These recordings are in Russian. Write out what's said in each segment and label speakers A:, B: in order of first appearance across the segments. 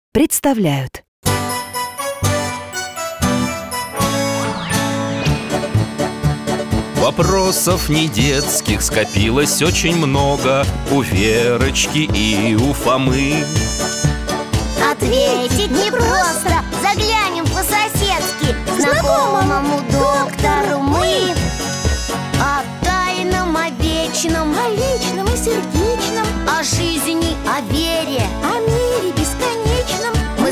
A: представляют
B: Вопросов не детских скопилось очень много У Верочки и у Фомы
C: Ответить непросто Заглянем по-соседски Знакомому доктору мы О тайном, о вечном
D: О личном и сердечном,
C: О жизни, о вере
D: о мире бесконечном
C: Мы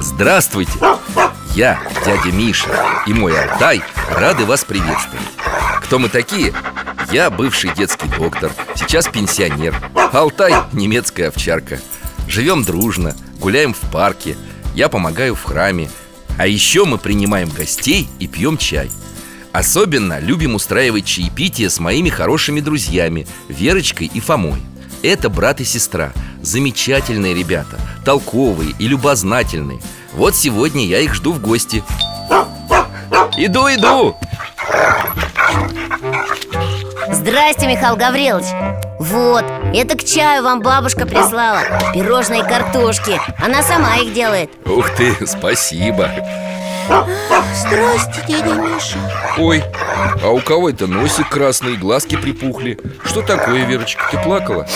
B: Здравствуйте! Я, дядя Миша, и мой Алтай рады вас приветствовать. Кто мы такие? Я бывший детский доктор, сейчас пенсионер. Алтай – немецкая овчарка. Живем дружно, гуляем в парке, я помогаю в храме. А еще мы принимаем гостей и пьем чай. Особенно любим устраивать чаепитие с моими хорошими друзьями Верочкой и Фомой Это брат и сестра, замечательные ребята, толковые и любознательные Вот сегодня я их жду в гости Иду, иду!
C: Здрасте, Михаил Гаврилович Вот, это к чаю вам бабушка прислала Пирожные картошки Она сама их делает
B: Ух ты, спасибо
D: Здрасте, дядя Миша
B: Ой, а у кого это носик красный и глазки припухли? Что такое, Верочка, ты плакала?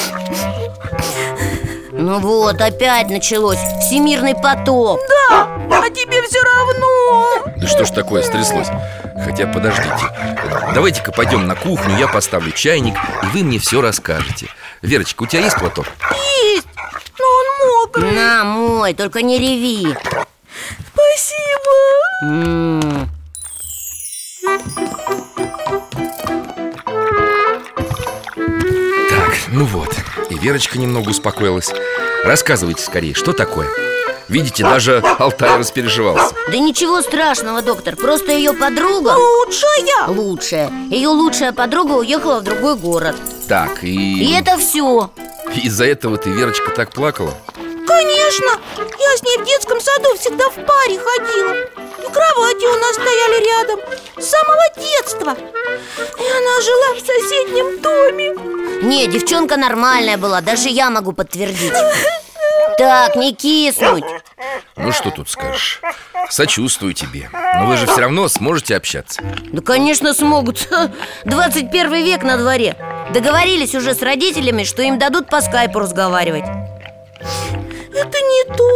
C: Ну вот, опять началось Всемирный потоп
D: А тебе все равно
B: Да что ж такое стряслось? Хотя подождите Давайте-ка пойдем на кухню, я поставлю чайник И вы мне все расскажете Верочка, у тебя есть платок?
D: Есть, но он мокрый
C: На, мой, только не реви
D: Спасибо
C: М.
B: Так, ну вот И Верочка немного успокоилась Рассказывайте скорее, что такое? Видите, даже Алтай распереживался
C: Да ничего страшного, доктор Просто ее подруга
D: Лучшая
C: лучшая Ее лучшая подруга уехала в другой город
B: Так,
C: И
B: и...
C: это все
B: Из-за этого ты, Верочка, так плакала?
D: Конечно, я с ней в детском саду всегда в паре ходила И кровати у нас стояли рядом С самого детства И она жила в соседнем доме
C: Не, девчонка нормальная была Даже я могу подтвердить Так, не киснуть
B: Ну что тут скажешь? Сочувствую тебе Но вы же все равно сможете общаться
C: Да, конечно, смогут 21 век на дворе Договорились уже с родителями, что им дадут по скайпу разговаривать
D: Это не то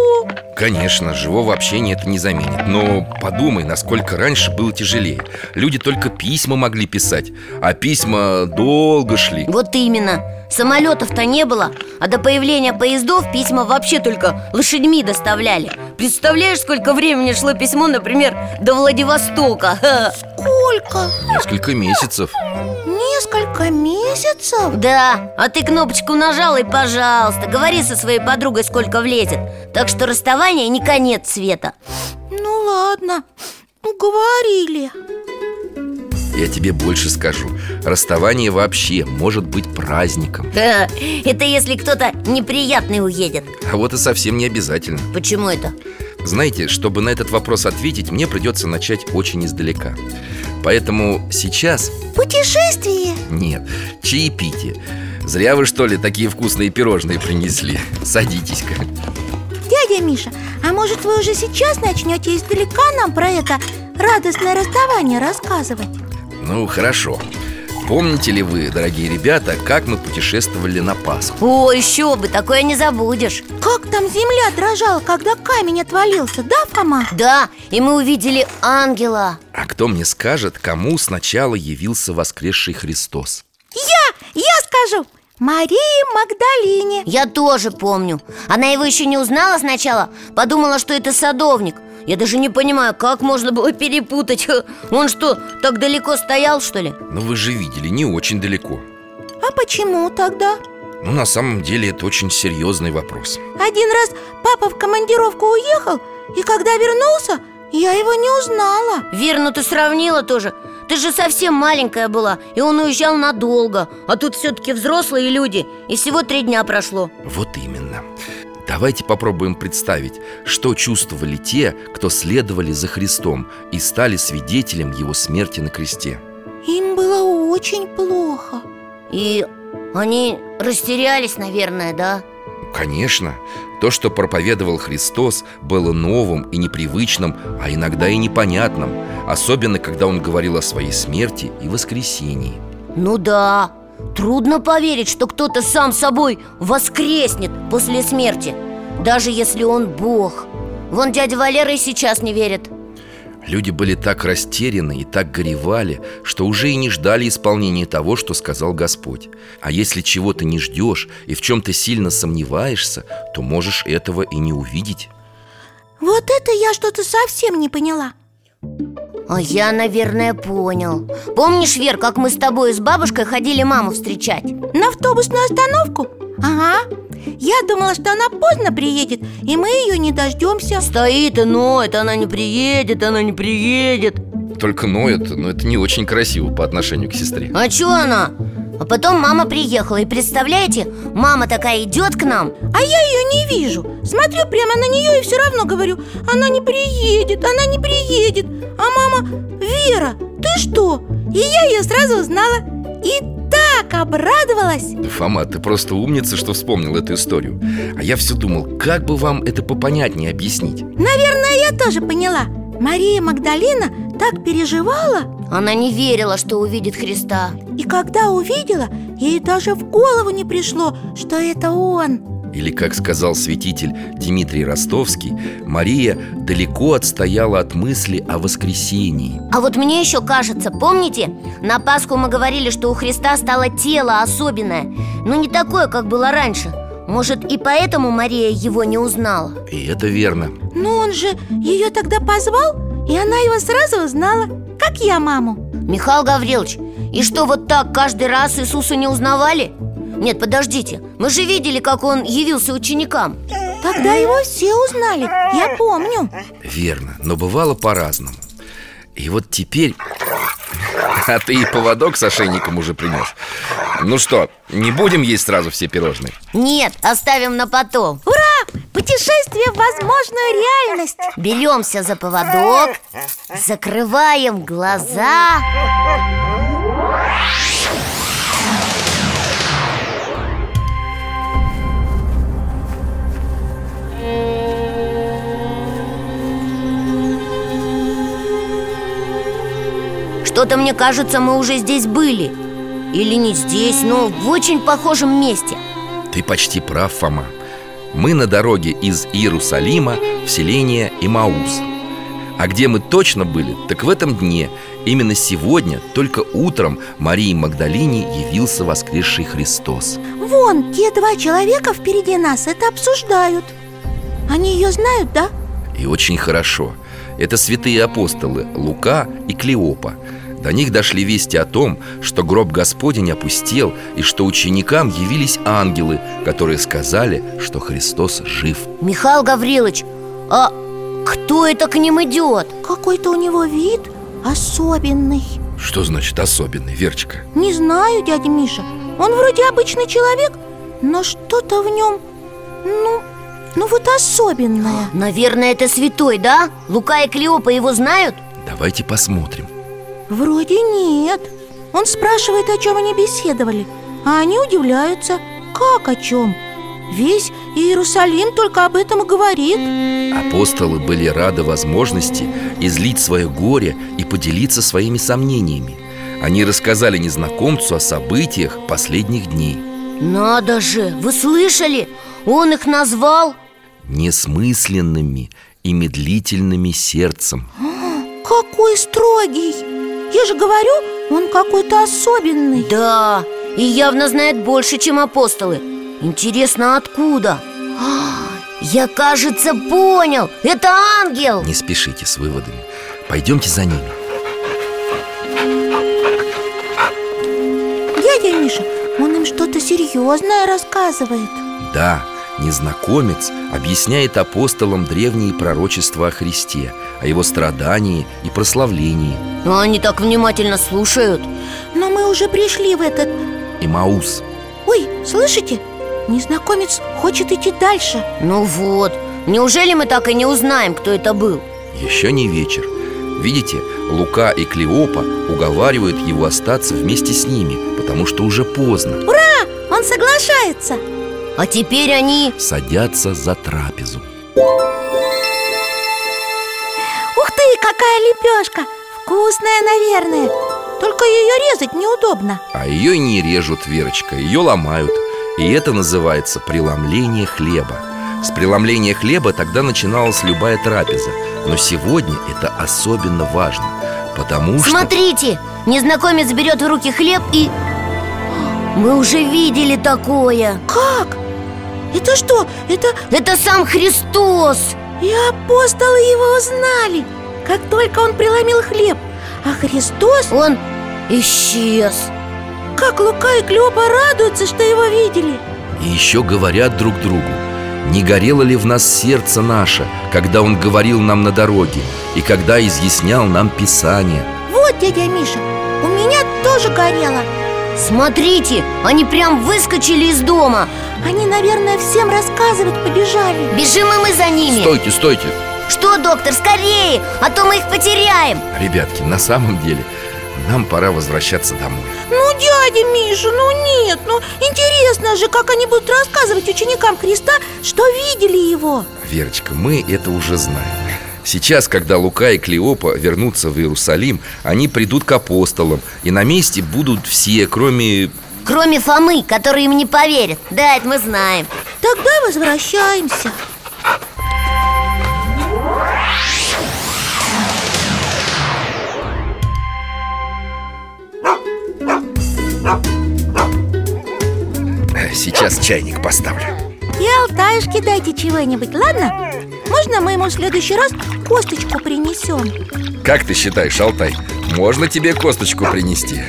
B: Конечно, живого общения это не заменит Но подумай, насколько раньше было тяжелее Люди только письма могли писать А письма долго шли
C: Вот именно, самолетов-то не было А до появления поездов письма вообще только лошадьми доставляли Представляешь, сколько времени шло письмо, например, до Владивостока Ха.
D: Сколько?
B: Несколько месяцев
D: Несколько месяцев?
C: Да, а ты кнопочку нажал и пожалуйста Говори со своей подругой, сколько влезет Так что расставание не конец света
D: Ну ладно, уговорили
B: Я тебе больше скажу Расставание вообще может быть праздником
C: Ха, Это если кто-то неприятный уедет
B: А вот и совсем не обязательно
C: Почему это?
B: Знаете, чтобы на этот вопрос ответить Мне придется начать очень издалека Поэтому сейчас
D: Путешествие
B: нет Чаепитие Зря вы что ли такие вкусные пирожные принесли Садитесь-ка
D: Дядя Миша, а может вы уже сейчас начнете издалека нам про это радостное расставание рассказывать?
B: Ну, хорошо Помните ли вы, дорогие ребята, как мы путешествовали на Пасху?
C: О, еще бы, такое не забудешь
D: Как там земля дрожала, когда камень отвалился, да, Фома?
C: Да, и мы увидели ангела
B: А кто мне скажет, кому сначала явился воскресший Христос?
D: Я, я скажу Марии Магдалине
C: Я тоже помню Она его еще не узнала сначала Подумала, что это садовник Я даже не понимаю, как можно было перепутать Он что, так далеко стоял, что ли?
B: Ну вы же видели, не очень далеко
D: А почему тогда?
B: Ну на самом деле это очень серьезный вопрос
D: Один раз папа в командировку уехал И когда вернулся, я его не узнала
C: Верно, ты сравнила тоже Ты же совсем маленькая была И он уезжал надолго А тут все-таки взрослые люди И всего три дня прошло
B: Вот именно Давайте попробуем представить, что чувствовали те, кто следовали за Христом и стали свидетелем Его смерти на кресте
D: Им было очень плохо
C: И они растерялись, наверное, да?
B: Конечно, то, что проповедовал Христос, было новым и непривычным, а иногда и непонятным Особенно, когда Он говорил о своей смерти и воскресении
C: Ну да, трудно поверить, что кто-то сам собой воскреснет после смерти Даже если он Бог Вон дядя Валера и сейчас не верит
B: Люди были так растеряны и так горевали, что уже и не ждали исполнения того, что сказал Господь. А если чего-то не ждешь и в чем-то сильно сомневаешься, то можешь этого и не увидеть.
D: Вот это я что-то совсем не поняла
C: А я, наверное, понял Помнишь, Вер, как мы с тобой и с бабушкой ходили маму встречать?
D: На автобусную остановку? Ага Я думала, что она поздно приедет И мы ее не дождемся
C: Стоит и ноет, она не приедет, она не приедет
B: Только ноет, но это не очень красиво по отношению к сестре.
C: А чё она? А потом мама приехала, и представляете, мама такая идет к нам
D: А я ее не вижу Смотрю прямо на нее и все равно говорю Она не приедет, она не приедет А мама, Вера, ты что? И я ее сразу узнала И так обрадовалась
B: Да, Фома, ты просто умница, что вспомнил эту историю. А я все думал, как бы вам это попонятнее объяснить.
D: Наверное, я тоже поняла Мария Магдалина так переживала
C: Она не верила, что увидит Христа
D: И когда увидела, ей даже в голову не пришло, что это он
B: Или, как сказал святитель Дмитрий Ростовский, Мария далеко отстояла от мысли о воскресении.
C: А вот мне еще кажется, помните, на Пасху мы говорили, что у Христа стало тело особенное Но не такое, как было раньше Может, и поэтому Мария его не узнала?
B: И это верно.
D: Но он же ее тогда позвал, и она его сразу узнала Как я маму
C: Михаил Гаврилович, и что вот так каждый раз Иисуса не узнавали? Нет, подождите, мы же видели, как он явился ученикам
D: Тогда его все узнали, я помню
B: Верно, но бывало по-разному И вот теперь... А ты и поводок с ошейником уже принес Ну что, не будем есть сразу все пирожные?
C: Нет, оставим на потом
D: Ура! Путешествие в возможную реальность
C: Беремся за поводок, закрываем глаза Что-то мне кажется, мы уже здесь были Или не здесь, но в очень похожем месте
B: Ты почти прав, Фома Мы на дороге из Иерусалима в селение Имаус А где мы точно были, так в этом дне Именно сегодня, только утром Марии Магдалине явился воскресший Христос
D: Вон, те два человека впереди нас это обсуждают Они ее знают, да?
B: И очень хорошо. Это святые апостолы Лука и Клеопа. До них дошли вести о том, что гроб Господень опустел и что ученикам явились ангелы, которые сказали, что Христос жив.
C: Михаил Гаврилович, а кто это к ним идет?
D: Какой-то у него вид особенный
B: Что значит особенный, Верчика?
D: Не знаю, дядя Миша Он вроде обычный человек, но что-то в нем, ну, ну вот особенное
C: Наверное, это святой, да? Лука и Клеопа его знают?
B: Давайте посмотрим.
D: Вроде нет Он спрашивает, о чем они беседовали А они удивляются Как о чем? Весь Иерусалим только об этом и говорит
B: Апостолы были рады возможности излить свое горе и поделиться своими сомнениями. Они рассказали незнакомцу о событиях последних дней
C: Надо же, вы слышали? Он их назвал
B: Несмысленными и медлительными сердцем
D: Какой строгий Я же говорю, он какой-то особенный
C: Да, и явно знает больше, чем апостолы Интересно, откуда? А, я, кажется, понял Это ангел
B: Не спешите с выводами Пойдемте за ними
D: Дядя Миша, он им что-то серьезное рассказывает
B: Да, незнакомец объясняет апостолам древние пророчества о Христе, о его страдании и прославлении.
C: А Они так внимательно слушают
D: Но мы уже пришли в этот...
B: Имаус.
D: Ой, слышите? Незнакомец хочет идти дальше
C: Ну вот, неужели мы так и не узнаем, кто это был?
B: Еще не вечер. Видите, Лука и Клеопа уговаривают его остаться вместе с ними, потому что уже поздно.
D: Он соглашается
C: А теперь они...
B: Садятся за трапезу.
D: Ух ты, какая лепешка! Вкусная, наверное Только ее резать неудобно
B: А ее и не режут, Верочка, ее ломают. И это называется преломление хлеба. С преломления хлеба тогда начиналась любая трапеза. Но сегодня это особенно важно, потому Ну что...
C: Смотрите, незнакомец берет в руки хлеб и... Мы уже видели такое
D: Как? Это что? Это
C: Это сам Христос
D: И апостолы его узнали Как только он преломил хлеб А Христос,
C: Он исчез
D: как Лука и Клеопа радуются, что его видели
B: И еще говорят друг другу, не горело ли в нас сердце наше, когда он говорил нам на дороге, и когда изъяснял нам Писание.
D: Вот, дядя Миша, у меня тоже горело
C: Смотрите, они прям выскочили из дома
D: Они, наверное, всем рассказывать побежали
C: Бежим и мы за ними
B: Стойте, стойте!
C: Что, доктор, скорее, а то мы их потеряем
B: Ребятки, на самом деле, нам пора возвращаться домой.
D: Ну, дядя Миша, ну нет, ну интересно же, как они будут рассказывать ученикам Христа, что видели его
B: Верочка, мы это уже знаем. Сейчас, когда Лука и Клеопа вернутся в Иерусалим, они придут к апостолам, и на месте будут все, кроме...
C: Кроме Фомы, который им не поверит Да, это мы знаем
D: Тогда возвращаемся
B: Э, Сейчас чайник поставлю.
D: И Алтаюшке дайте чего-нибудь, ладно? Можно мы ему в следующий раз косточку принесем?
B: Как ты считаешь, Алтай, можно тебе косточку принести?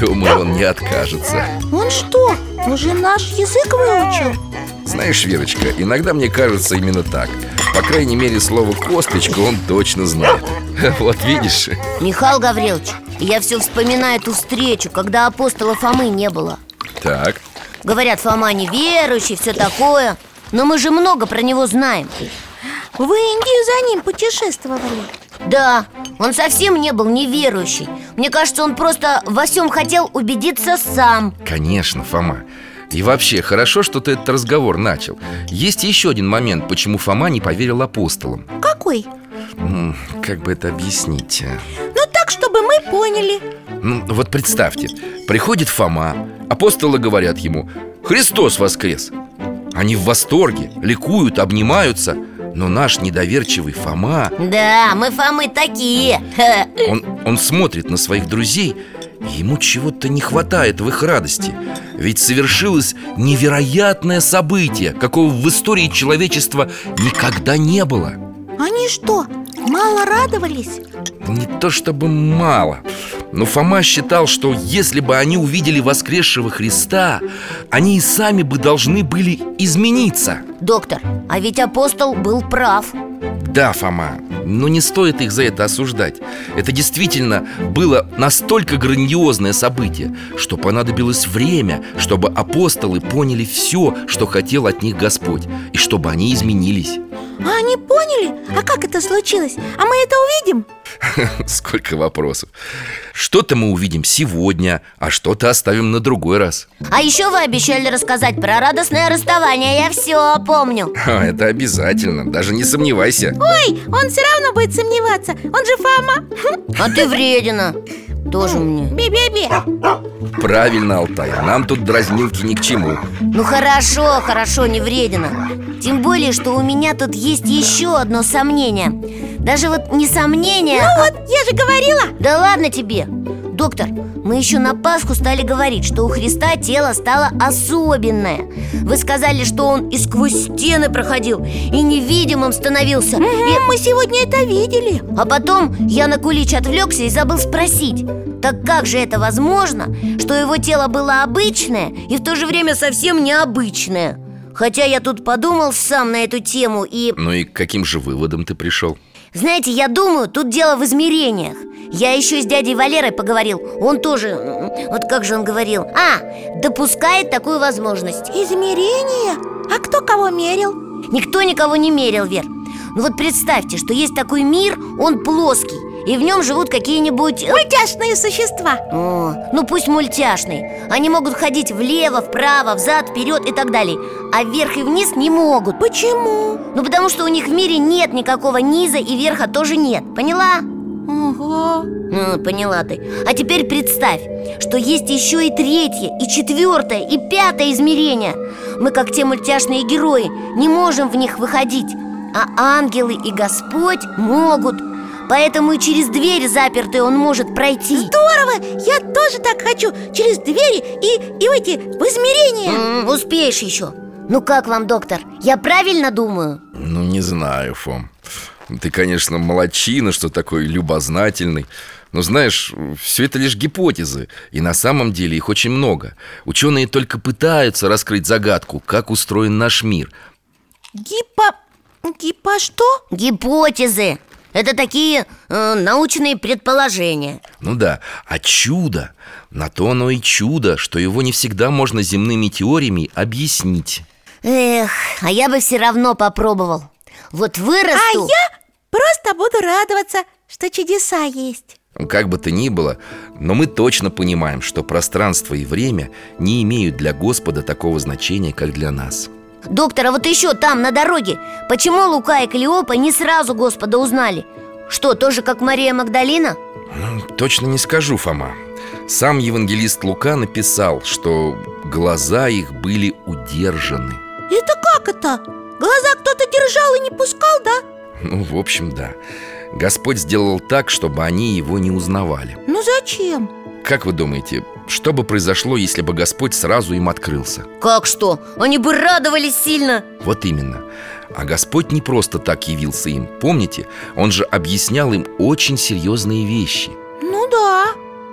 B: Думаю, он не откажется.
D: Он что, уже наш язык выучил?
B: Знаешь, Верочка, иногда мне кажется именно так. По крайней мере, слово «косточка» он точно знает. Вот видишь?
C: Михаил Гаврилович, я все вспоминаю эту встречу, когда апостола Фомы не было
B: Так,
C: Говорят, Фома неверующий, все такое Но мы же много про него знаем
D: Вы Индию за ним путешествовали
C: Да, он совсем не был неверующий Мне кажется, он просто во всем хотел убедиться сам
B: Конечно, Фома. И вообще, хорошо, что ты этот разговор начал. Есть еще один момент, почему Фома не поверил апостолам.
D: Какой?
B: М, Как бы это объяснить? э?
D: Ну так, чтобы мы поняли
B: Ну, вот представьте, приходит Фома, апостолы говорят ему «Христос воскрес!» Они в восторге, ликуют, обнимаются, но наш недоверчивый Фома,
C: Да, мы Фомы такие Ха.
B: он, он смотрит на своих друзей, и ему чего-то не хватает в их радости. Ведь совершилось невероятное событие, какого в истории человечества никогда не было.
D: Они что, мало радовались?
B: Не то чтобы мало Но Фома считал, что если бы они увидели воскресшего Христа Они и сами бы должны были измениться
C: Доктор, а ведь апостол был прав
B: Да, Фома, но не стоит их за это осуждать Это действительно было настолько грандиозное событие Что понадобилось время, чтобы апостолы поняли все, что хотел от них Господь И чтобы они изменились
D: А они поняли? А как это случилось? А мы это увидим?
B: Сколько вопросов Что-то мы увидим сегодня, а что-то оставим на другой раз
C: А еще вы обещали рассказать про радостное расставание Я все помню
B: А, Это обязательно, даже не сомневайся
D: Ой, он все равно будет сомневаться Он же Фома
C: А ты вредина Тоже мне
D: Би-би-би
B: Правильно, Алтай, нам тут дразнилки ни к чему
C: Ну хорошо, хорошо, не вредина Тем более, что у меня тут есть еще одно сомнение Даже вот не сомнение, а
D: Вот, я же говорила
C: Да ладно тебе Доктор, мы еще на Пасху стали говорить, что у Христа тело стало особенное Вы сказали, что он и сквозь стены проходил, и невидимым становился и...
D: Мы сегодня это видели
C: А потом я на кулич отвлекся и забыл спросить Так как же это возможно, что его тело было обычное и в то же время совсем необычное? Хотя я тут подумал сам на эту тему и...
B: Ну и к каким же выводам ты пришел?
C: Знаете, я думаю, тут дело в измерениях Я еще с дядей Валерой поговорил Он тоже, м, вот как же он говорил А, допускает такую возможность
D: Измерение? А кто кого мерил?
C: Никто никого не мерил, Вер Ну вот представьте, что есть такой мир, он плоский И в нем живут какие-нибудь... э,
D: Мультяшные существа
C: О, ну пусть мультяшные Они могут ходить влево, вправо, взад, вперед и так далее А вверх и вниз не могут
D: Почему?
C: Ну потому что у них в мире нет никакого низа и верха тоже нет Поняла?
D: Ого
C: Ну, поняла ты А теперь представь, что есть еще и третье, и четвертое, и пятое измерение Мы, как те мультяшные герои, не можем в них выходить А ангелы и Господь могут Поэтому и через дверь запертые он может пройти
D: Здорово! Я тоже так хочу Через двери и, и выйти в измерение
C: М, Успеешь еще Ну как вам, доктор, я правильно думаю?
B: Ну, не знаю, Фом Ты, конечно, молочина, что такой любознательный Но знаешь, все это лишь гипотезы И на самом деле их очень много Ученые только пытаются раскрыть загадку Как устроен наш мир
D: Гиппо... Гиппо что?
C: Гипотезы Это такие э, научные предположения
B: Ну да, а чудо На то оно и чудо, что его не всегда можно земными теориями объяснить
C: Эх, а я бы все равно попробовал Вот
D: А
C: вырасту
D: я просто буду радоваться, что чудеса есть
B: Ну, Как бы то ни было, но мы точно понимаем, что пространство и время не имеют для Господа такого значения, как для нас.
C: Доктор, а вот еще там, на дороге Почему Лука и Клеопа не сразу Господа узнали? Что, тоже как Мария Магдалина?
B: Ну, Точно не скажу, Фома. Сам евангелист Лука написал, что глаза их были удержаны.
D: Это как это? Глаза кто-то держал и не пускал, да?
B: Ну, в общем, да. Господь сделал так, чтобы они его не узнавали.
D: Ну зачем?
B: Как вы думаете, что бы произошло, если бы Господь сразу им открылся?
C: Как что? Они бы радовались сильно
B: Вот именно. А Господь не просто так явился им. Помните, Он же объяснял им очень серьезные вещи.
D: Ну да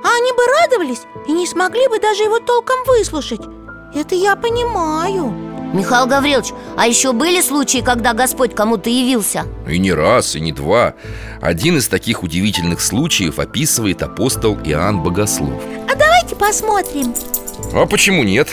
D: А они бы радовались и не смогли бы даже его толком выслушать Это я понимаю
C: Михаил Гаврилович, а еще были случаи, когда Господь кому-то явился?
B: И не раз, и не два. Один из таких удивительных случаев описывает апостол Иоанн Богослов.
D: А давайте посмотрим
B: А почему нет?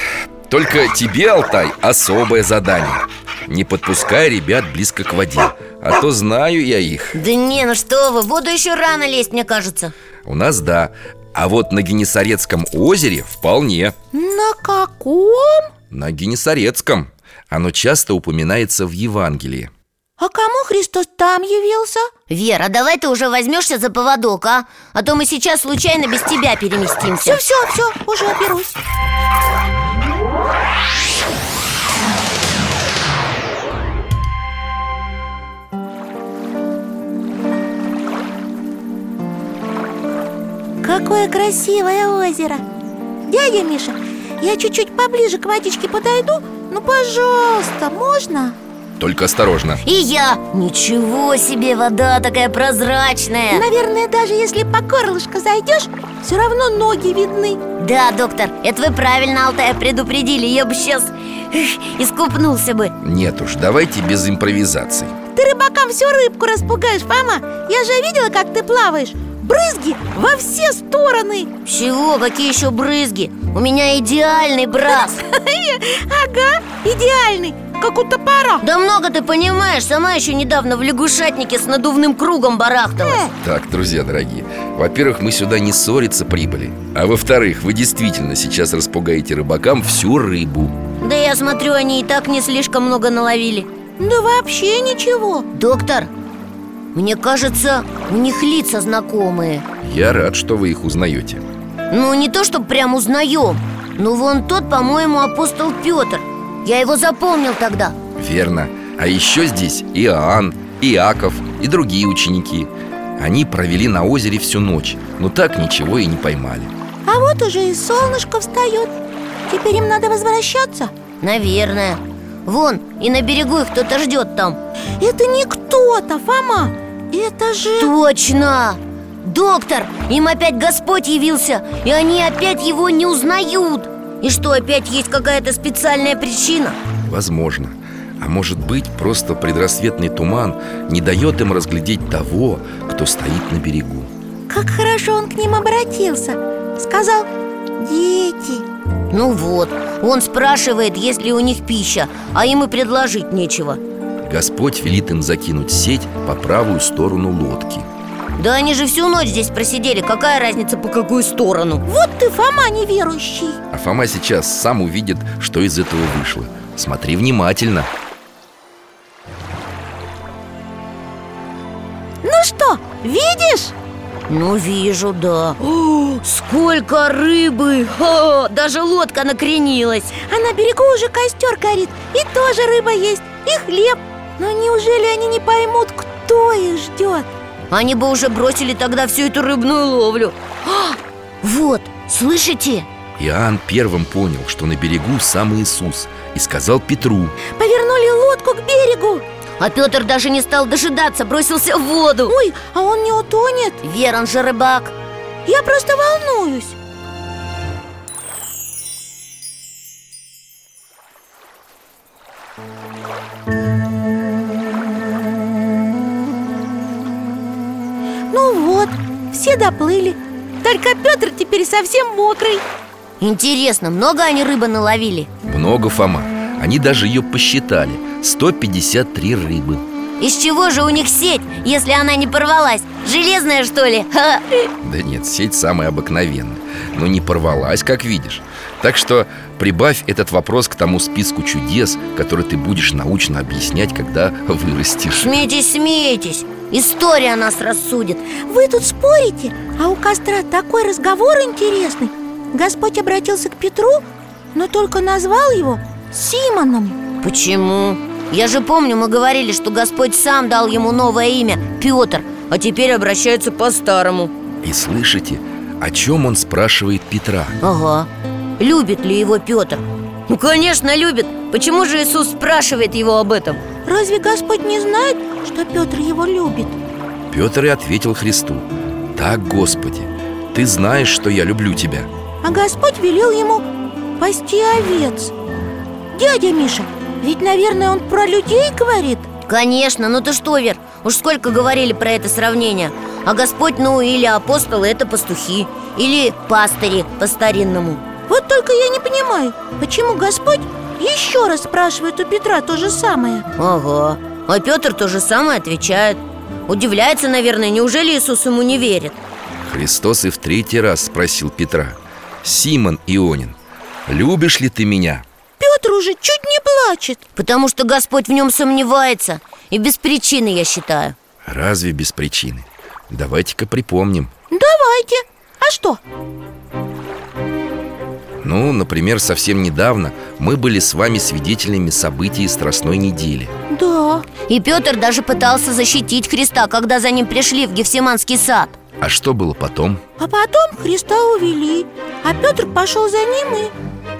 B: Только тебе, Алтай, особое задание. Не подпускай ребят близко к воде, а то знаю я их.
C: Да не, ну что вы, в воду еще рано лезть, мне кажется
B: У нас да. А вот на Генесарецком озере вполне.
D: На каком?
B: На Генесарецком. Оно часто упоминается в Евангелии.
D: А кому Христос там явился?
C: Вера, давай ты уже возьмешься за поводок, а? А то мы сейчас случайно без тебя переместимся
D: Все, все, все, уже оберусь Какое красивое озеро Дядя Миша, я чуть-чуть поближе к водичке подойду Ну, пожалуйста, можно?
B: Только осторожно.
C: И я Ничего себе, вода такая прозрачная
D: Наверное, даже если по горлышко зайдешь Все равно ноги видны
C: Да, доктор, это вы правильно Алтая предупредили Я бы сейчас искупнулся бы
B: Нет уж, давайте без импровизаций.
D: Ты рыбакам всю рыбку распугаешь, Фома Я же видела, как ты плаваешь Брызги во все стороны
C: Чего, какие еще брызги? У меня идеальный брас
D: Ага, идеальный как у топора
C: Да много ты понимаешь, сама еще недавно в лягушатнике с надувным кругом барахталась
B: Так, друзья дорогие, во-первых, мы сюда не ссориться прибыли А во-вторых, вы действительно сейчас распугаете рыбакам всю рыбу
C: Да я смотрю, они и так не слишком много наловили
D: Да вообще ничего
C: Доктор, мне кажется, у них лица знакомые
B: Я рад, что вы их узнаете
C: Ну, не то, что прям узнаем Но вон тот, по-моему, апостол Петр Я его запомнил тогда
B: Верно А еще здесь Иоанн, Иаков и другие ученики Они провели на озере всю ночь Но так ничего и не поймали
D: А вот уже и солнышко встает Теперь им надо возвращаться
C: Наверное Вон, и на берегу их кто-то ждет там
D: Это не кто-то, Фома Это же...
C: Точно! Доктор, им опять Господь явился, и они опять его не узнают. И что, опять есть какая-то специальная причина?
B: Возможно А может быть, просто предрассветный туман Не дает им разглядеть того, кто стоит на берегу
D: Как хорошо он к ним обратился Сказал, дети,
C: Ну вот, он спрашивает, есть ли у них пища, а им и предложить нечего.
B: Господь велит им закинуть сеть по правую сторону лодки
C: Да они же всю ночь здесь просидели, какая разница по какую сторону?
D: вот ты, Фома, неверующий
B: А Фома сейчас сам увидит, что из этого вышло Смотри внимательно
D: Ну что, видишь?
C: Ну, вижу, да. О, сколько рыбы! Ха, даже лодка накренилась.
D: А на берегу уже костер горит И тоже рыба есть, и хлеб Но неужели они не поймут, кто их ждет?
C: Они бы уже бросили тогда всю эту рыбную ловлю. А, вот, слышите?
B: Иоанн первым понял, что на берегу сам Иисус И сказал Петру
D: Повернули лодку к берегу
C: А Петр даже не стал дожидаться, бросился в воду
D: Ой, а он не утонет
C: Верон же рыбак
D: Я просто волнуюсь Ну вот, все доплыли Только Петр теперь совсем мокрый
C: Интересно, много они рыбы наловили?
B: Много Фома Они даже ее посчитали 153 рыбы
C: Из чего же у них сеть, если она не порвалась? Железная, что ли? Ха.
B: Да нет, сеть самая обыкновенная Но не порвалась, как видишь Так что прибавь этот вопрос к тому списку чудес Который ты будешь научно объяснять, когда вырастешь
C: Смейтесь, смейтесь История нас рассудит
D: Вы тут спорите, а у костра такой разговор интересный Господь обратился к Петру, но только назвал его Симоном
C: Почему? Я же помню, мы говорили, что Господь сам дал ему новое имя Петр А теперь обращается по-старому
B: И слышите, о чем он спрашивает Петра
C: Ага Любит ли его Петр? Ну, конечно, любит Почему же Иисус спрашивает его об этом?
D: Разве Господь не знает, что Петр его любит?
B: Петр и ответил Христу «Так, Господи, Ты знаешь, что я люблю Тебя»
D: А Господь велел ему пасти овец Дядя Миша, ведь, наверное, он про людей говорит
C: Конечно, ну ты что, Вер, уж сколько говорили про это сравнение А Господь, ну или апостолы, это пастухи Или пастыри по-старинному
D: Вот только я не понимаю, почему Господь еще раз спрашивает у Петра то же самое
C: Ага, а Петр то же самое отвечает Удивляется, наверное, неужели Иисус ему не верит?
B: Христос и в третий раз спросил Петра «Симон Ионин, любишь ли ты меня?»
D: Петр уже чуть не плачет
C: Потому что Господь в нем сомневается И без причины, я считаю
B: Разве без причины? Давайте-ка припомним
D: Давайте. А что?
B: Ну, например, совсем недавно мы были с вами свидетелями событий Страстной недели
D: Да.
C: И Петр даже пытался защитить Христа, когда за ним пришли в Гефсиманский сад
B: А что было потом?
D: А потом Христа увели, а Петр пошел за ним и...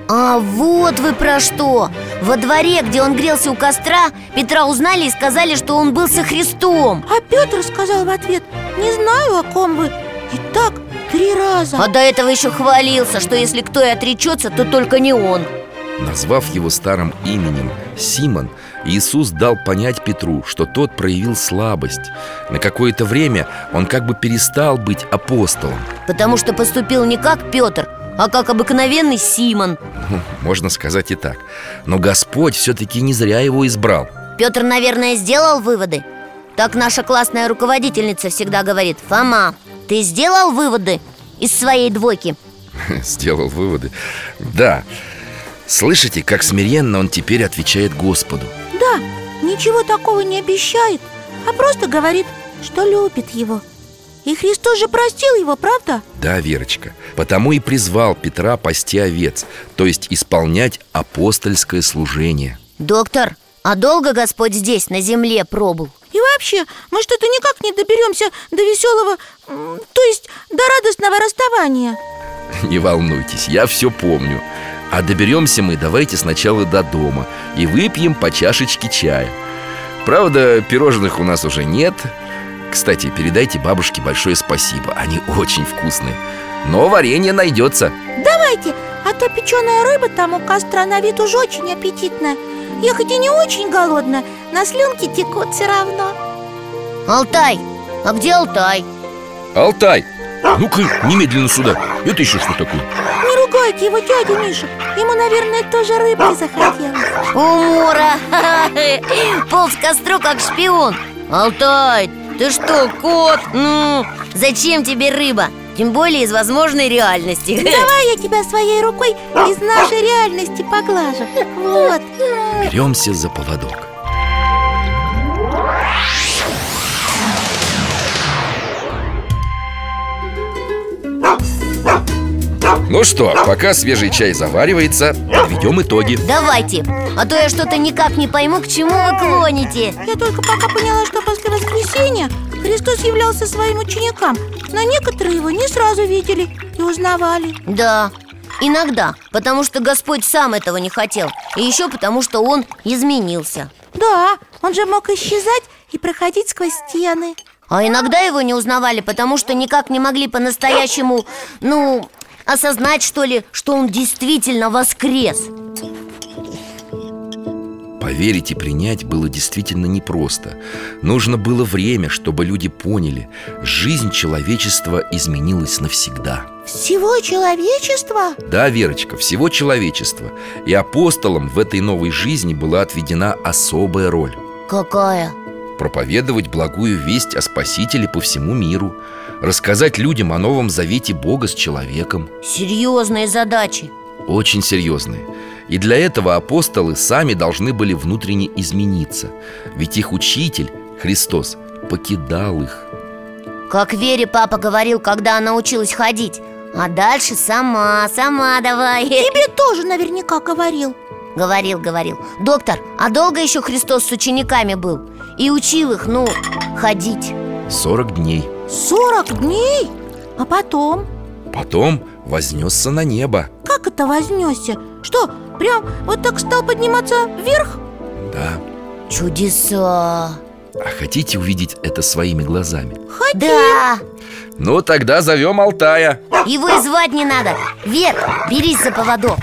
C: А вот вы про что! Во дворе, где он грелся у костра, Петра узнали и сказали, что он был со Христом
D: А Петр сказал в ответ, не знаю, о ком вы. И так три раза.
C: А до этого еще хвалился, что если кто и отречется, то только не он
B: Назвав его старым именем Симон, Иисус дал понять Петру, что тот проявил слабость На какое-то время он как бы перестал быть апостолом
C: Потому что поступил не как Петр, а как обыкновенный Симон
B: Хм, Можно сказать и так Но Господь все-таки не зря его избрал
C: Петр, наверное, сделал выводы Так наша классная руководительница всегда говорит Фома, ты сделал выводы из своей двойки?
B: Сделал выводы Да Слышите, как смиренно он теперь отвечает Господу
D: Да, ничего такого не обещает, а просто говорит, что любит его. И Христос же простил его, правда?
B: Да, Верочка, потому и призвал Петра пасти овец То есть исполнять апостольское служение
C: Доктор, а долго Господь здесь, на земле, пробыл?
D: И вообще, мы что-то никак не доберемся до веселого, м, то есть до радостного расставания.
B: Не волнуйтесь, я все помню А доберемся мы давайте сначала до дома И выпьем по чашечке чая Правда, пирожных у нас уже нет Кстати, передайте бабушке большое спасибо Они очень вкусные Но варенье найдется
D: Давайте, а то печеная рыба там у костра на вид уж очень аппетитная. Я хоть и не очень голодная, на слюнки текут все равно.
C: Алтай, а где Алтай?
B: Алтай, ну-ка немедленно сюда Это еще что такое?
D: Не ругайте его дядю Мишу, ему, наверное, тоже рыбой захотелось.
C: Умора! Полз к костру, как шпион Алтай, ты что, кот? Ну, зачем тебе рыба? Тем более из возможной реальности
D: Давай я тебя своей рукой из нашей реальности поглажу. Вот.
B: Беремся за поводок Ну что, пока свежий чай заваривается, подведем итоги
C: Давайте, а то я что-то никак не пойму, к чему вы клоните
D: Я только пока поняла, что после воскресения Христос являлся своим ученикам, но некоторые его не сразу видели и узнавали.
C: Да, иногда, потому что Господь сам этого не хотел И еще потому, что Он изменился
D: Да, он же мог исчезать и проходить сквозь стены.
C: А иногда его не узнавали, потому что никак не могли по-настоящему, ну, осознать, что ли, что он действительно воскрес
B: Поверить и принять было действительно непросто Нужно было время, чтобы люди поняли Жизнь человечества изменилась навсегда
D: Всего человечества?
B: Да, Верочка, всего человечества И апостолам в этой новой жизни была отведена особая роль
C: Какая?
B: проповедовать благую весть о Спасителе по всему миру, рассказать людям о Новом Завете Бога с человеком.
C: Серьезные задачи
B: Очень серьезные. И для этого апостолы сами должны были внутренне измениться, ведь их учитель, Христос, покидал их.
C: Как Вере папа говорил, когда она училась ходить А дальше сама, сама давай
D: Тебе тоже наверняка говорил.
C: Говорил, говорил Доктор, а долго еще Христос с учениками был? И учил их, ну, ходить
B: 40 дней.
D: 40 дней? А потом?
B: Потом вознесся на небо.
D: Как это вознесся? Что, прям вот так стал подниматься вверх?
B: Да. А
C: Чудеса
B: хотите увидеть это своими глазами?
C: Да,
B: Ну, тогда зовем Алтая.
C: его и звать не надо Вер, берись за поводок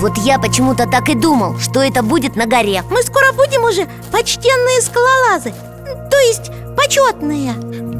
C: Вот я почему-то так и думал, что это будет на горе
D: Мы скоро будем уже почтенные скалолазы То есть почетные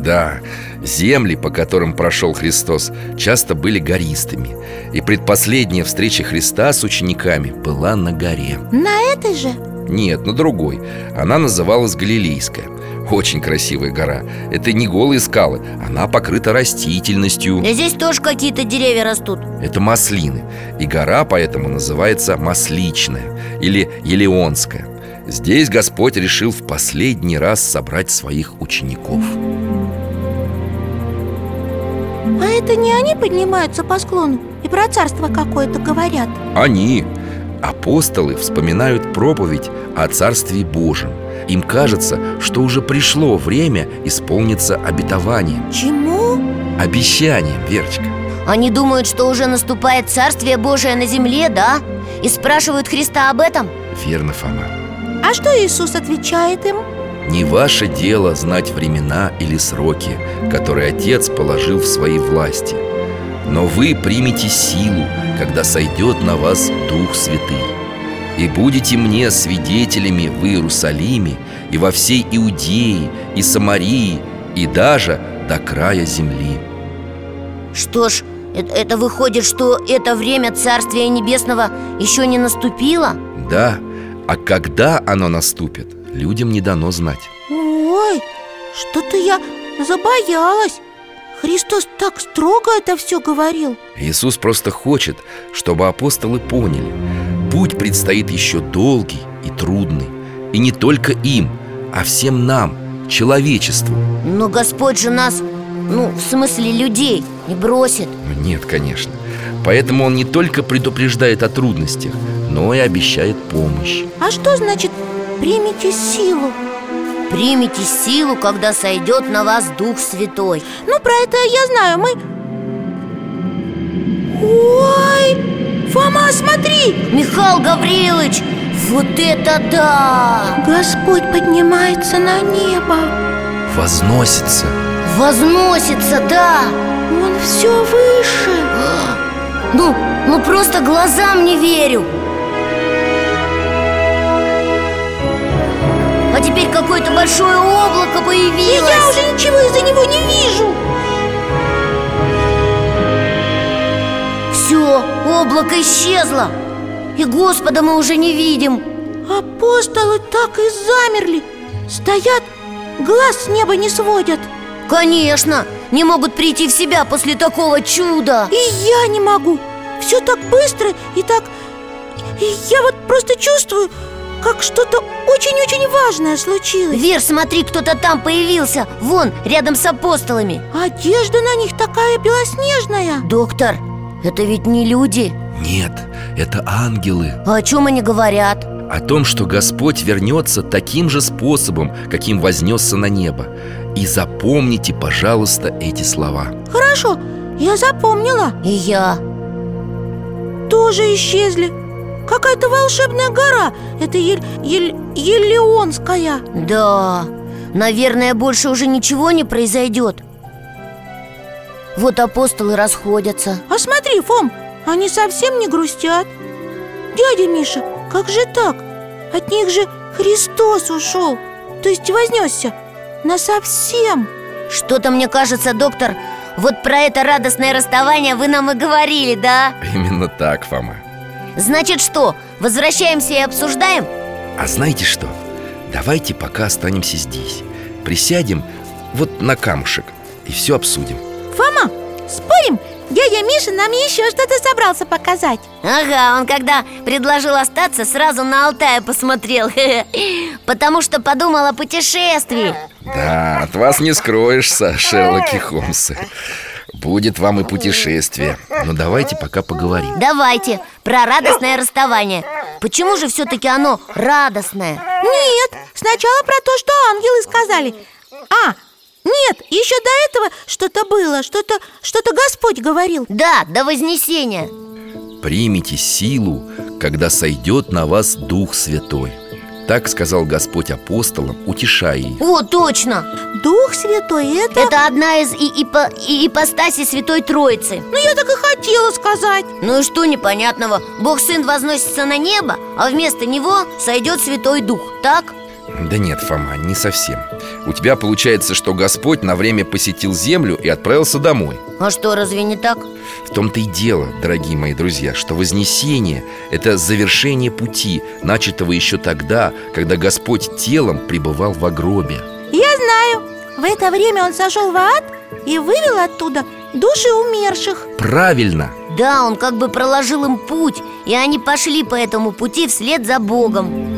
B: Да, земли, по которым прошел Христос, часто были гористыми И предпоследняя встреча Христа с учениками была на горе
D: На этой же
B: Нет, на другой Она называлась Галилейская Очень красивая гора Это не голые скалы, она покрыта растительностью
C: Да здесь тоже какие-то деревья растут
B: Это маслины И гора поэтому называется Масличная Или Елеонская Здесь Господь решил в последний раз собрать своих учеников
D: А это не они поднимаются по склону И про царство какое-то говорят
B: Они, апостолы, вспоминают проповедь о Царстве Божьем. Им кажется, что уже пришло время исполниться обетованием,
D: Чему?
B: обещанием, Верочка.
C: Они думают, что уже наступает Царствие Божие на земле, да? И спрашивают Христа об этом?
B: Верно, Фома.
D: А что Иисус отвечает им?
B: Не ваше дело знать времена или сроки, которые Отец положил в своей власти. Но вы примете силу, когда сойдет на вас Дух Святый. И будете мне свидетелями в Иерусалиме и во всей Иудее и Самарии и даже до края земли.
C: Что ж, э- это, выходит, что это время Царствия Небесного еще не наступило?
B: Да, а когда оно наступит, людям не дано знать.
D: Ой, что-то я забоялась Христос так строго это все говорил
B: Иисус просто хочет, чтобы апостолы поняли Путь предстоит еще долгий и трудный И не только им, а всем нам, человечеству
C: Но Господь же нас, ну, в смысле людей, не бросит
B: Ну, Нет, конечно Поэтому он не только предупреждает о трудностях Но и обещает помощь
D: А что значит «примите силу»?
C: Примите силу, когда сойдет на вас Дух Святой
D: Ну, про это я знаю, мы... Ой, Фома, смотри!
C: Михаил Гаврилович, вот это да!
D: Господь поднимается на небо
B: Возносится
C: Возносится, да!
D: Он все выше
C: Ну, ну просто глазам не верю А теперь какое-то большое облако
D: И
C: появилось
D: я уже ничего из-за него не вижу
C: Все, облако исчезло И Господа мы уже не видим
D: Апостолы так и замерли Стоят, глаз с неба не сводят
C: Конечно, не могут прийти в себя после такого чуда
D: И я не могу Все так быстро и так... и я вот просто чувствую, как что-то очень-очень важное случилось
C: Вер, смотри, кто-то там появился Вон, рядом с апостолами
D: Одежда на них такая белоснежная
C: Доктор, это ведь не люди
B: Нет, это ангелы
C: А о чем они говорят?
B: О том, что Господь вернется таким же способом, каким вознесся на небо И запомните, пожалуйста, эти слова
D: Хорошо, я запомнила
C: И я
D: Тоже исчезли Какая-то волшебная гора Это ель... ель... Елеонская
C: Да, наверное, больше уже ничего не произойдет Вот апостолы расходятся
D: А смотри, Фом, они совсем не грустят Дядя Миша, как же так? От них же Христос ушел То есть вознесся На совсем
C: Что-то мне кажется, доктор, вот про это радостное расставание вы нам и говорили, да?
B: Именно так, Фома
C: Значит что, возвращаемся и обсуждаем?
B: А знаете что? Давайте пока останемся здесь Присядем вот на камушек и все обсудим
D: Фома, спорим? Дядя Миша нам еще что-то собрался показать
C: Ага, он когда предложил остаться, сразу на Алтае посмотрел Потому что подумал о путешествии
B: Да, от вас не скроешься, Шерлоки Холмсы Будет вам и путешествие Но давайте пока поговорим
C: Давайте, про радостное расставание Почему же все-таки оно радостное?
D: Нет, сначала про то, что ангелы сказали А, нет, еще до этого что-то было Что-то что-то Господь говорил
C: Да, до Вознесения
B: примите силу, когда сойдет на вас Дух Святой. Так сказал Господь апостолам, утешая их.
C: О, точно!
D: Дух Святой это...
C: Это одна из и, ипо- и ипостасей Святой Троицы
D: Ну я так и хотела сказать
C: Ну и что непонятного? Бог Сын возносится на небо, а вместо него сойдет Святой Дух, так?
B: Да нет, Фома, не совсем. У тебя получается, что Господь на время посетил землю и отправился домой.
C: А что, разве не так?
B: В том-то и дело, дорогие мои друзья, что Вознесение – это завершение пути, начатого еще тогда, когда Господь телом пребывал в гробе.
D: Я знаю В это время он сошел в ад и вывел оттуда души умерших
B: Правильно!
C: Да, он как бы проложил им путь, и они пошли по этому пути вслед за Богом.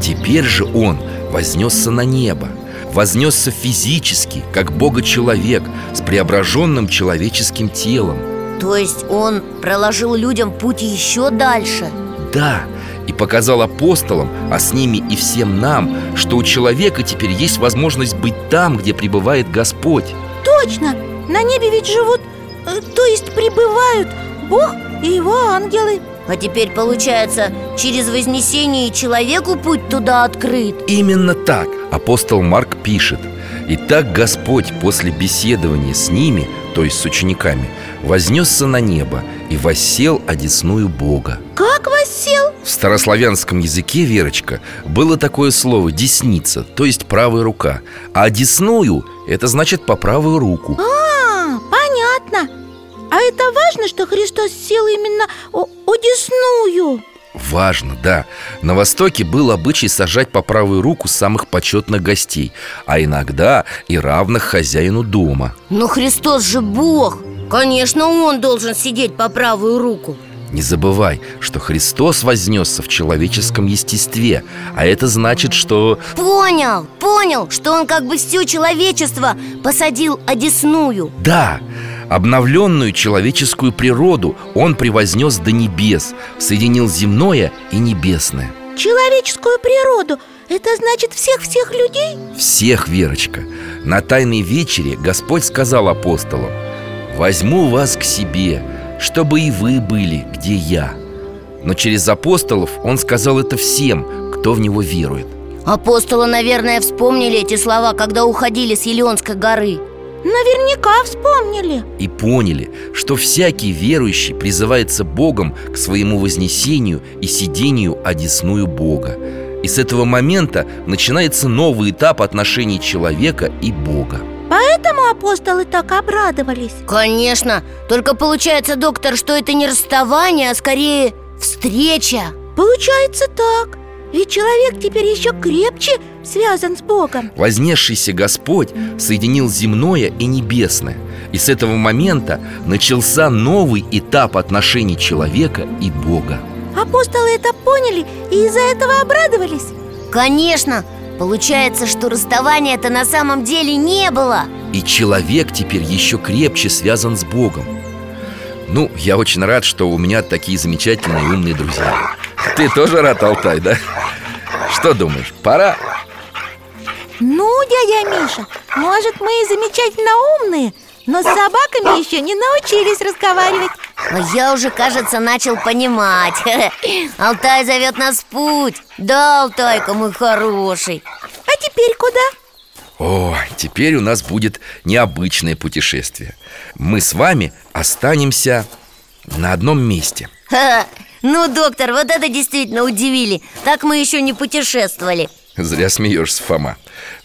B: Теперь же он вознесся на небо Вознесся физически, как Бога-человек С преображенным человеческим телом
C: То есть он проложил людям путь еще дальше.
B: Да, и показал апостолам, а с ними и всем нам Что у человека теперь есть возможность быть там, где пребывает Господь
D: Точно, на небе ведь живут, э, то есть пребывают Бог и его ангелы
C: А теперь, получается, через Вознесение и человеку путь туда открыт.
B: Именно так апостол Марк пишет Итак, Господь после беседования с ними, то есть с учениками вознесся на небо и воссел одесную Бога.
D: Как воссел?
B: В старославянском языке, Верочка, было такое слово «десница», то есть правая рука А «десную» – это значит «по правую руку»
D: А, понятно А это важно, что Христос сел именно о, о десную
B: Важно, да На Востоке был обычай сажать по правую руку самых почетных гостей А иногда и равных хозяину дома
C: Но Христос же Бог Конечно, Он должен сидеть по правую руку
B: Не забывай, что Христос вознесся в человеческом естестве А это значит, что
C: Понял, понял, что Он как бы все человечество посадил одесную
B: Да, обновленную человеческую природу он превознес до небес Соединил земное и небесное
D: Человеческую природу Это значит всех-всех людей?
B: Всех, Верочка На тайной вечере Господь сказал апостолам Возьму вас к себе, чтобы и вы были, где я Но через апостолов он сказал это всем, кто в него верует
C: Апостолы, наверное, вспомнили эти слова, когда уходили с Елеонской горы
D: Наверняка вспомнили
B: и поняли, что всякий верующий призывается Богом к своему вознесению и сидению одесную Бога. И с этого момента начинается новый этап отношений человека и Бога.
D: Поэтому апостолы так обрадовались
C: Конечно, только получается, доктор, что это не расставание, а скорее встреча
D: Получается так Ведь человек теперь еще крепче связан с Богом
B: Вознесшийся Господь соединил земное и небесное. И с этого момента начался новый этап отношений человека и Бога.
D: Апостолы это поняли и из-за этого обрадовались
C: Конечно, получается, что расставания-то на самом деле не было
B: И человек теперь еще крепче связан с Богом Ну, я очень рад, что у меня такие замечательные и умные друзья Ты тоже рад, Алтай, да? Что думаешь, пора?
D: Ну, дядя Миша, может, мы и замечательно умные Но с собаками еще не научились разговаривать
C: А я уже, кажется, начал понимать Алтай зовет нас в путь Да, Алтайка, мой хороший
D: А теперь куда?
B: О, теперь у нас будет необычное путешествие Мы с вами останемся на одном месте
C: Ха, Ну, доктор, вот это действительно удивили Так мы еще не путешествовали
B: Зря смеешься, Фома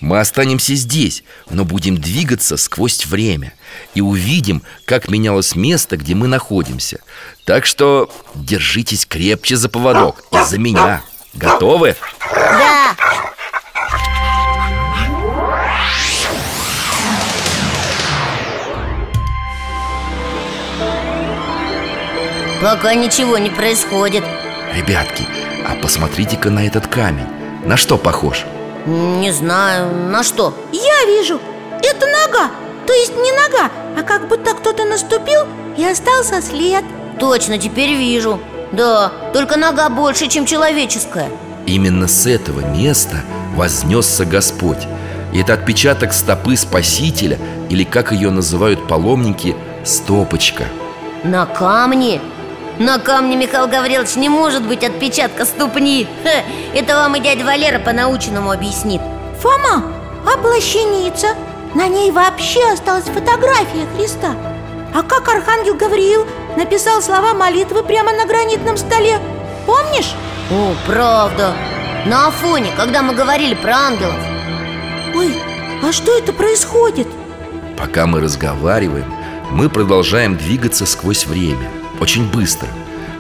B: Мы останемся здесь, но будем двигаться сквозь время И увидим, как менялось место, где мы находимся Так что держитесь крепче за поводок и за меня Готовы?
D: А,
C: Да, пока ничего не происходит
B: Ребятки, а посмотрите-ка на этот камень На что похож?
C: М, Не знаю, на что?
D: Я вижу, это нога То есть не нога, а как будто кто-то наступил и остался след
C: Точно, теперь вижу Да, только нога больше, чем человеческая
B: Именно с этого места вознесся Господь И это отпечаток стопы Спасителя Или, как ее называют паломники, стопочка
C: На камне? На камне, Михаил Гаврилович, не может быть отпечатка ступни Ха, Это вам и дядя Валера по-научному объяснит
D: Фома, а плащаница? На ней вообще осталась фотография Христа А как Архангел Гавриил написал слова молитвы прямо на гранитном столе? Помнишь?
C: О, правда На Афоне, когда мы говорили про ангелов
D: Ой, а что это происходит?
B: Пока мы разговариваем, мы продолжаем двигаться сквозь время Очень быстро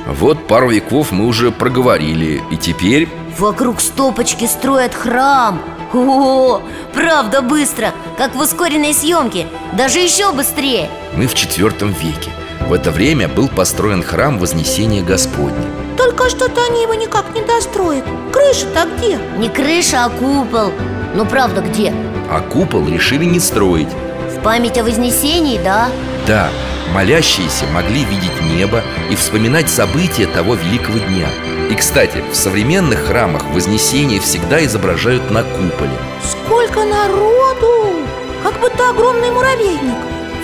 B: Вот пару веков мы уже проговорили И теперь
C: Вокруг стопочки строят храм О, правда быстро, как в ускоренной съемке Даже еще быстрее
B: мы в четвертом веке В это время был построен храм Вознесения Господня
D: Только что-то они его никак не достроят Крыша-то где?
C: Не крыша, а купол Ну правда где?
B: А купол решили не строить
C: В память о Вознесении, да?
B: Да, молящиеся могли видеть небо и вспоминать события того великого дня И, кстати, в современных храмах Вознесение всегда изображают на куполе
D: Сколько народу! Как будто огромный муравейник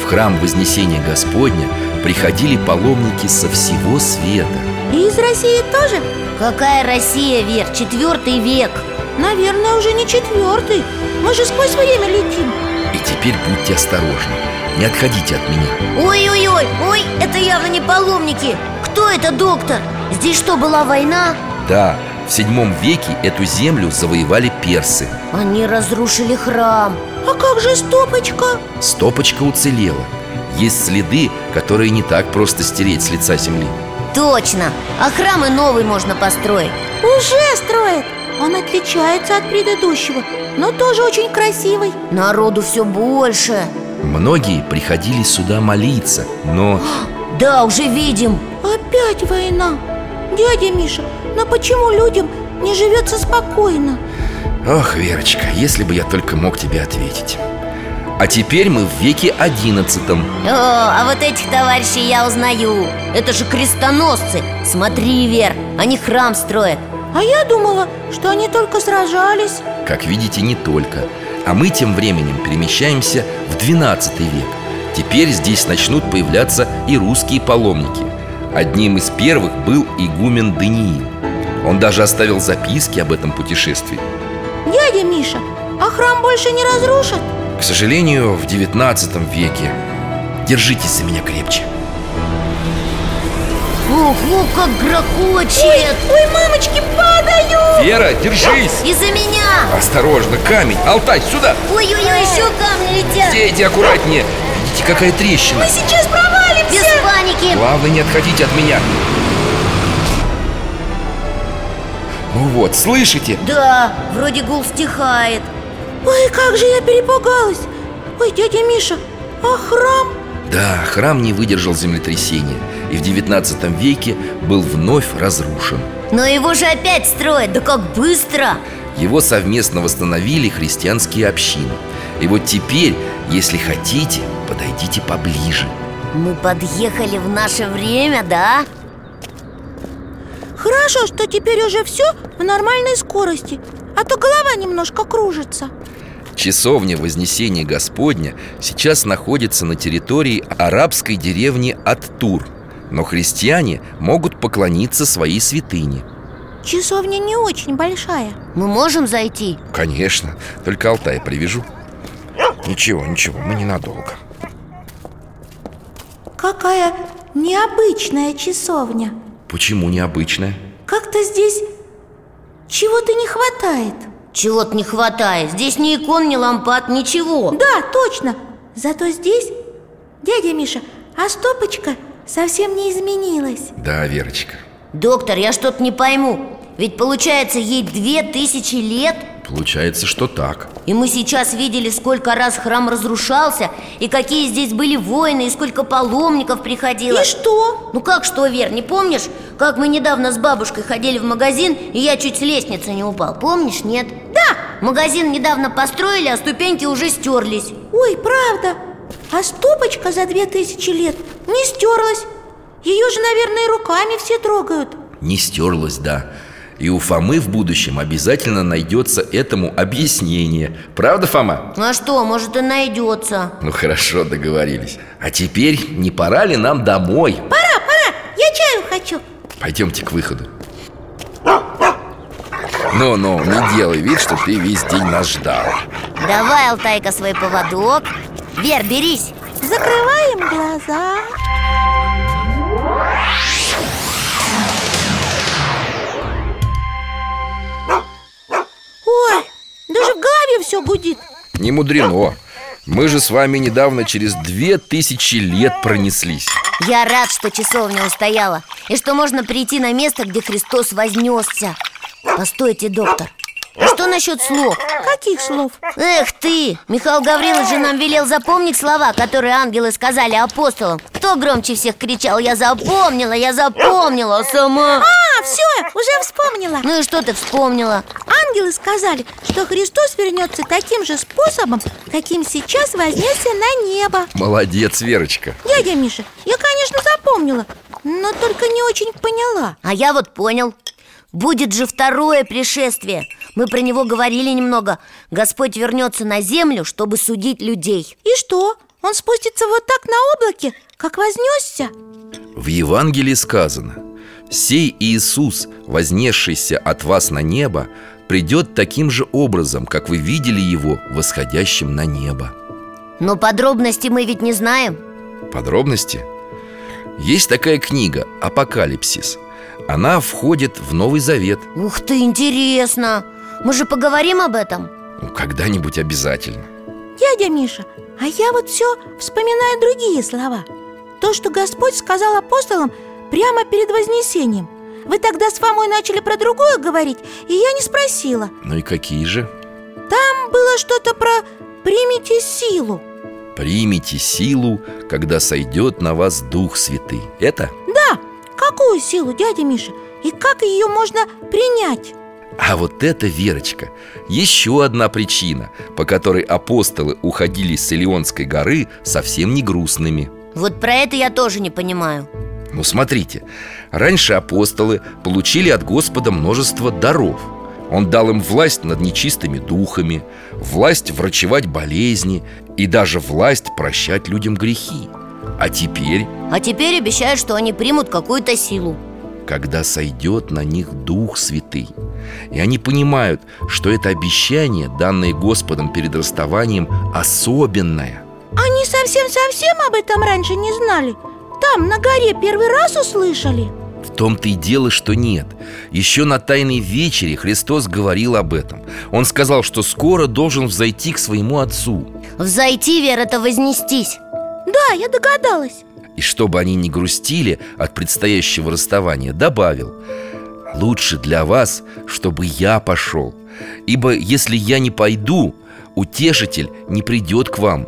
B: В храм Вознесения Господня приходили паломники со всего света
D: И из России тоже?
C: Какая Россия, Вер, четвертый век
D: Наверное, уже не четвертый Мы же сквозь время летим
B: И теперь будьте осторожны не отходите от меня
C: Ой-ой-ой, ой, это явно не паломники Кто это, доктор? Здесь что, была война?
B: Да, в седьмом веке эту землю завоевали персы
C: Они разрушили храм
D: А как же стопочка?
B: Стопочка уцелела Есть следы, которые не так просто стереть с лица земли
C: Точно, а храм и новый можно построить
D: Уже строят Он отличается от предыдущего Но тоже очень красивый
C: Народу все больше
B: Многие приходили сюда молиться, но...
C: Да, уже видим
D: Опять война Дядя Миша, но почему людям не живется спокойно?
B: Ох, Верочка, если бы я только мог тебе ответить А теперь мы в веке одиннадцатом
C: О, а вот этих товарищей я узнаю Это же крестоносцы Смотри, Вер, они храм строят
D: А я думала, что они только сражались
B: Как видите, не только А мы тем временем перемещаемся в 12 век Теперь здесь начнут появляться и русские паломники Одним из первых был игумен Даниил Он даже оставил записки об этом путешествии
D: Дядя Миша, а храм больше не разрушат?
B: К сожалению, в 19 веке Держитесь за меня крепче
C: Ух, ух, как грохочет
D: Ой, мамочки, падаю!
B: Вера, держись!
C: Из-за меня
B: Осторожно, камень! Алтай, сюда!
C: Ой-ой-ой, еще камни летят
B: Все иди аккуратнее! Видите, какая трещина!
D: Мы сейчас провалимся!
C: Без паники
B: Главное, не отходите от меня! Ну вот, слышите?
C: Да, вроде гул стихает
D: Ой, как же я перепугалась Ой, дядя Миша, а храм?
B: Да, храм не выдержал землетрясения и в 19 веке был вновь разрушен.
C: Но его же опять строят, да как быстро
B: Его совместно восстановили христианские общины. И вот теперь, если хотите, подойдите поближе.
C: Мы подъехали в наше время, да?
D: Хорошо, что теперь уже все в нормальной скорости А то голова немножко кружится
B: Часовня Вознесения Господня сейчас находится на территории арабской деревни Аттур, но христиане могут поклониться своей святыне.
D: Часовня не очень большая
C: Мы можем зайти?
B: Конечно, только Алтая привяжу. Ничего, ничего, мы ненадолго.
D: Какая необычная часовня
B: Почему необычная?
D: Как-то здесь чего-то не хватает
C: Чего-то не хватает Здесь ни икон, ни лампад, ничего
D: Да, точно Зато здесь, дядя Миша, а стопочка совсем не изменилась
B: Да, Верочка,
C: Доктор, я что-то не пойму Ведь получается ей две тысячи лет
B: получается, что так.
C: И мы сейчас видели, сколько раз храм разрушался И какие здесь были войны, и сколько паломников приходило
D: И что?
C: Ну как что, Вер, не помнишь? Как мы недавно с бабушкой ходили в магазин И я чуть с лестницы не упал, помнишь, нет? Да! Магазин недавно построили, а ступеньки уже стерлись
D: Ой, правда А стопочка за две тысячи лет не стерлась Ее же, наверное, руками все трогают
B: Не стерлась, да. И у Фомы в будущем обязательно найдется этому объяснение. Правда, Фома?
C: А что, может и найдется
B: Ну хорошо, договорились. А теперь не пора ли нам домой?
D: Пора, пора, я чаю хочу
B: Пойдемте к выходу. Ну-ну, не делай вид, что ты весь день нас ждал.
C: Давай, Алтайка, свой поводок Вер, берись
D: Закрываем глаза Ой, даже в голове все гудит
B: Не мудрено. Мы же с вами недавно через две тысячи лет пронеслись.
C: Я рад, что часовня устояла И что можно прийти на место, где Христос вознесся Постойте, доктор а что насчет слов?
D: Каких слов?
C: Эх ты! Михаил Гаврилович же нам велел запомнить слова, которые ангелы сказали апостолам Кто громче всех кричал «Я запомнила, я запомнила, а сама»
D: А, все, уже вспомнила
C: Ну и что ты вспомнила?
D: Ангелы сказали, что Христос вернется таким же способом, каким сейчас вознесся на небо
B: Молодец, Верочка.
D: Дядя Миша, я, конечно, запомнила, но только не очень поняла
C: А я вот понял Будет же второе пришествие Мы про него говорили немного Господь вернется на землю, чтобы судить людей
D: И что? Он спустится вот так на облаке, как вознесся?
B: В Евангелии сказано «Сей Иисус, вознесшийся от вас на небо, придет таким же образом, как вы видели его восходящим на небо».
C: Но подробности мы ведь не знаем
B: Подробности? Есть такая книга «Апокалипсис». Она входит в Новый Завет.
C: Ух ты, интересно Мы же поговорим об этом
B: Ну, когда-нибудь обязательно.
D: Дядя Миша, а я вот все вспоминаю другие слова То, что Господь сказал апостолам прямо перед Вознесением Вы тогда с Фомой начали про другое говорить, и я не спросила
B: Ну и какие же?
D: Там было что-то про «примите силу»
B: «Примите силу, когда сойдет на вас Дух Святый». Это?
D: Да, какую силу, дядя Миша? И как ее можно принять?
B: А вот это, Верочка, еще одна причина, по которой апостолы уходили с Илионской горы совсем не грустными.
C: Вот про это я тоже не понимаю
B: Ну смотрите, раньше апостолы получили от Господа множество даров Он дал им власть над нечистыми духами, власть врачевать болезни и даже власть прощать людям грехи А теперь,
C: А теперь обещают, что они примут какую-то силу
B: когда сойдет на них Дух Святый И они понимают, что это обещание, данное Господом перед расставанием, особенное
D: Они совсем-совсем об этом раньше не знали Там, на горе, первый раз услышали
B: В том-то и дело, что нет Еще на Тайной Вечере Христос говорил об этом Он сказал, что скоро должен взойти к своему Отцу
C: Взойти, Вера, это вознестись
D: Да, я догадалась
B: И чтобы они не грустили от предстоящего расставания, добавил «Лучше для вас, чтобы я пошел Ибо если я не пойду, утешитель не придет к вам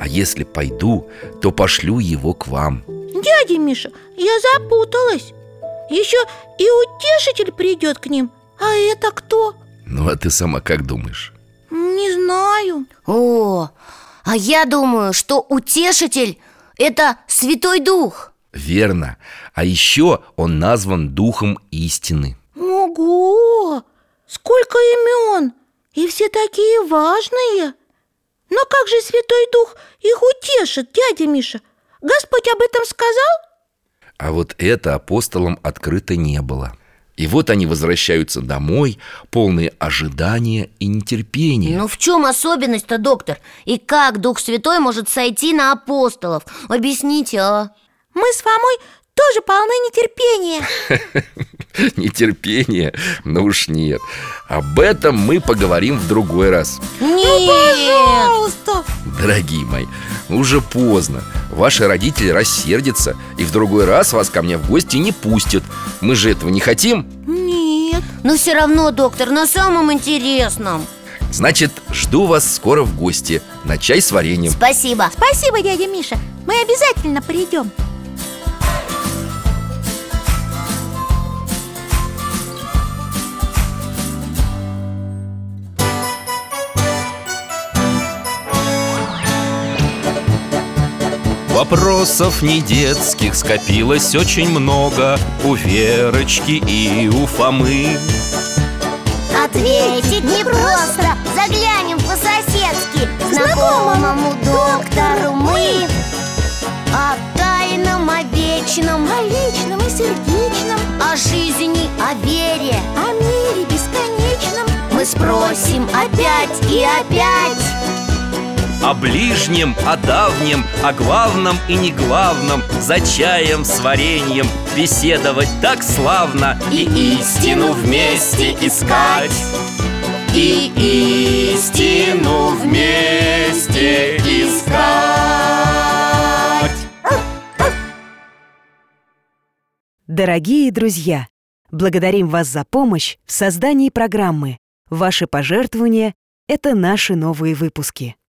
B: А если пойду, то пошлю его к вам»
D: Дядя Миша, я запуталась Еще и утешитель придет к ним А это кто?
B: Ну а ты сама как думаешь?
D: М, Не знаю
C: О, а я думаю, что утешитель – это Святой Дух
B: Верно. А еще он назван Духом истины.
D: Ого! Сколько имен! И все такие важные! Но как же Святой Дух их утешит, дядя Миша? Господь об этом сказал?
B: А вот это апостолам открыто не было. И вот они возвращаются домой, полные ожидания и нетерпения.
C: Ну в чем особенность-то, доктор? И как Дух Святой может сойти на апостолов? Объясните, а?
D: Мы с Фомой тоже полны нетерпения
B: Нетерпение? Ну уж нет. Об этом мы поговорим в другой раз.
C: Ну, Нет!
D: Пожалуйста!
B: Дорогие мои, уже поздно. Ваши родители рассердятся и в другой раз вас ко мне в гости не пустят. Мы же этого не хотим.
D: Нет
C: Но все Ну, равно, доктор, на самом интересном
B: Значит, жду вас скоро в гости на чай с вареньем.
C: Спасибо
D: Спасибо, дядя Миша Мы обязательно придем
E: Вопросов не детских скопилось очень много У Верочки и у Фомы
C: Ответить непросто Заглянем по-соседски Знакомому доктору мы О тайном, о вечном О личном и сердечном О жизни, о вере
D: О мире бесконечном
C: Мы спросим опять и опять
E: О ближнем, о давнем, о главном и не главном За чаем с вареньем беседовать так славно И истину вместе искать И истину вместе искать
A: Дорогие друзья, благодарим вас за помощь в создании программы. Ваши пожертвования – это наши новые выпуски.